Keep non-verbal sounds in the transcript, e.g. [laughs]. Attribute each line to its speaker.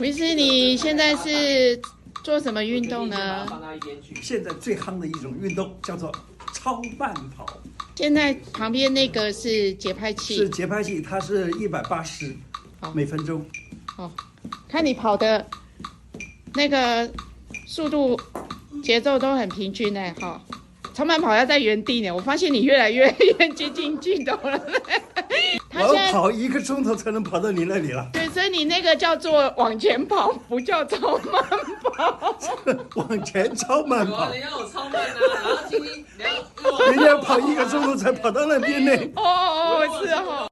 Speaker 1: 于是你现在是做什么运动呢？
Speaker 2: 现在最夯的一种运动叫做超慢跑，
Speaker 1: 现在旁边那个是节拍
Speaker 2: 是
Speaker 1: 器，
Speaker 2: 节拍器，它是一百八十
Speaker 1: 好
Speaker 2: 每分钟。
Speaker 1: 看你跑的那个速度节奏都很平均哎、哈。超慢跑要在原地呢，我发现你越 [laughs] 来越越接近镜头了。
Speaker 2: 我
Speaker 1: 他现
Speaker 2: 要
Speaker 1: 在
Speaker 2: 跑一个钟头才能跑到你那里了， [laughs]
Speaker 1: 对，所以你那个叫做往前跑，不叫超慢跑。
Speaker 2: 往前超慢
Speaker 1: [laughs]
Speaker 3: 有啊，
Speaker 2: 跑
Speaker 3: 你，要我超慢啊，然后今天你要
Speaker 2: 人家跑一个钟头才跑到那边呢。
Speaker 1: 哦哦哦，是哦。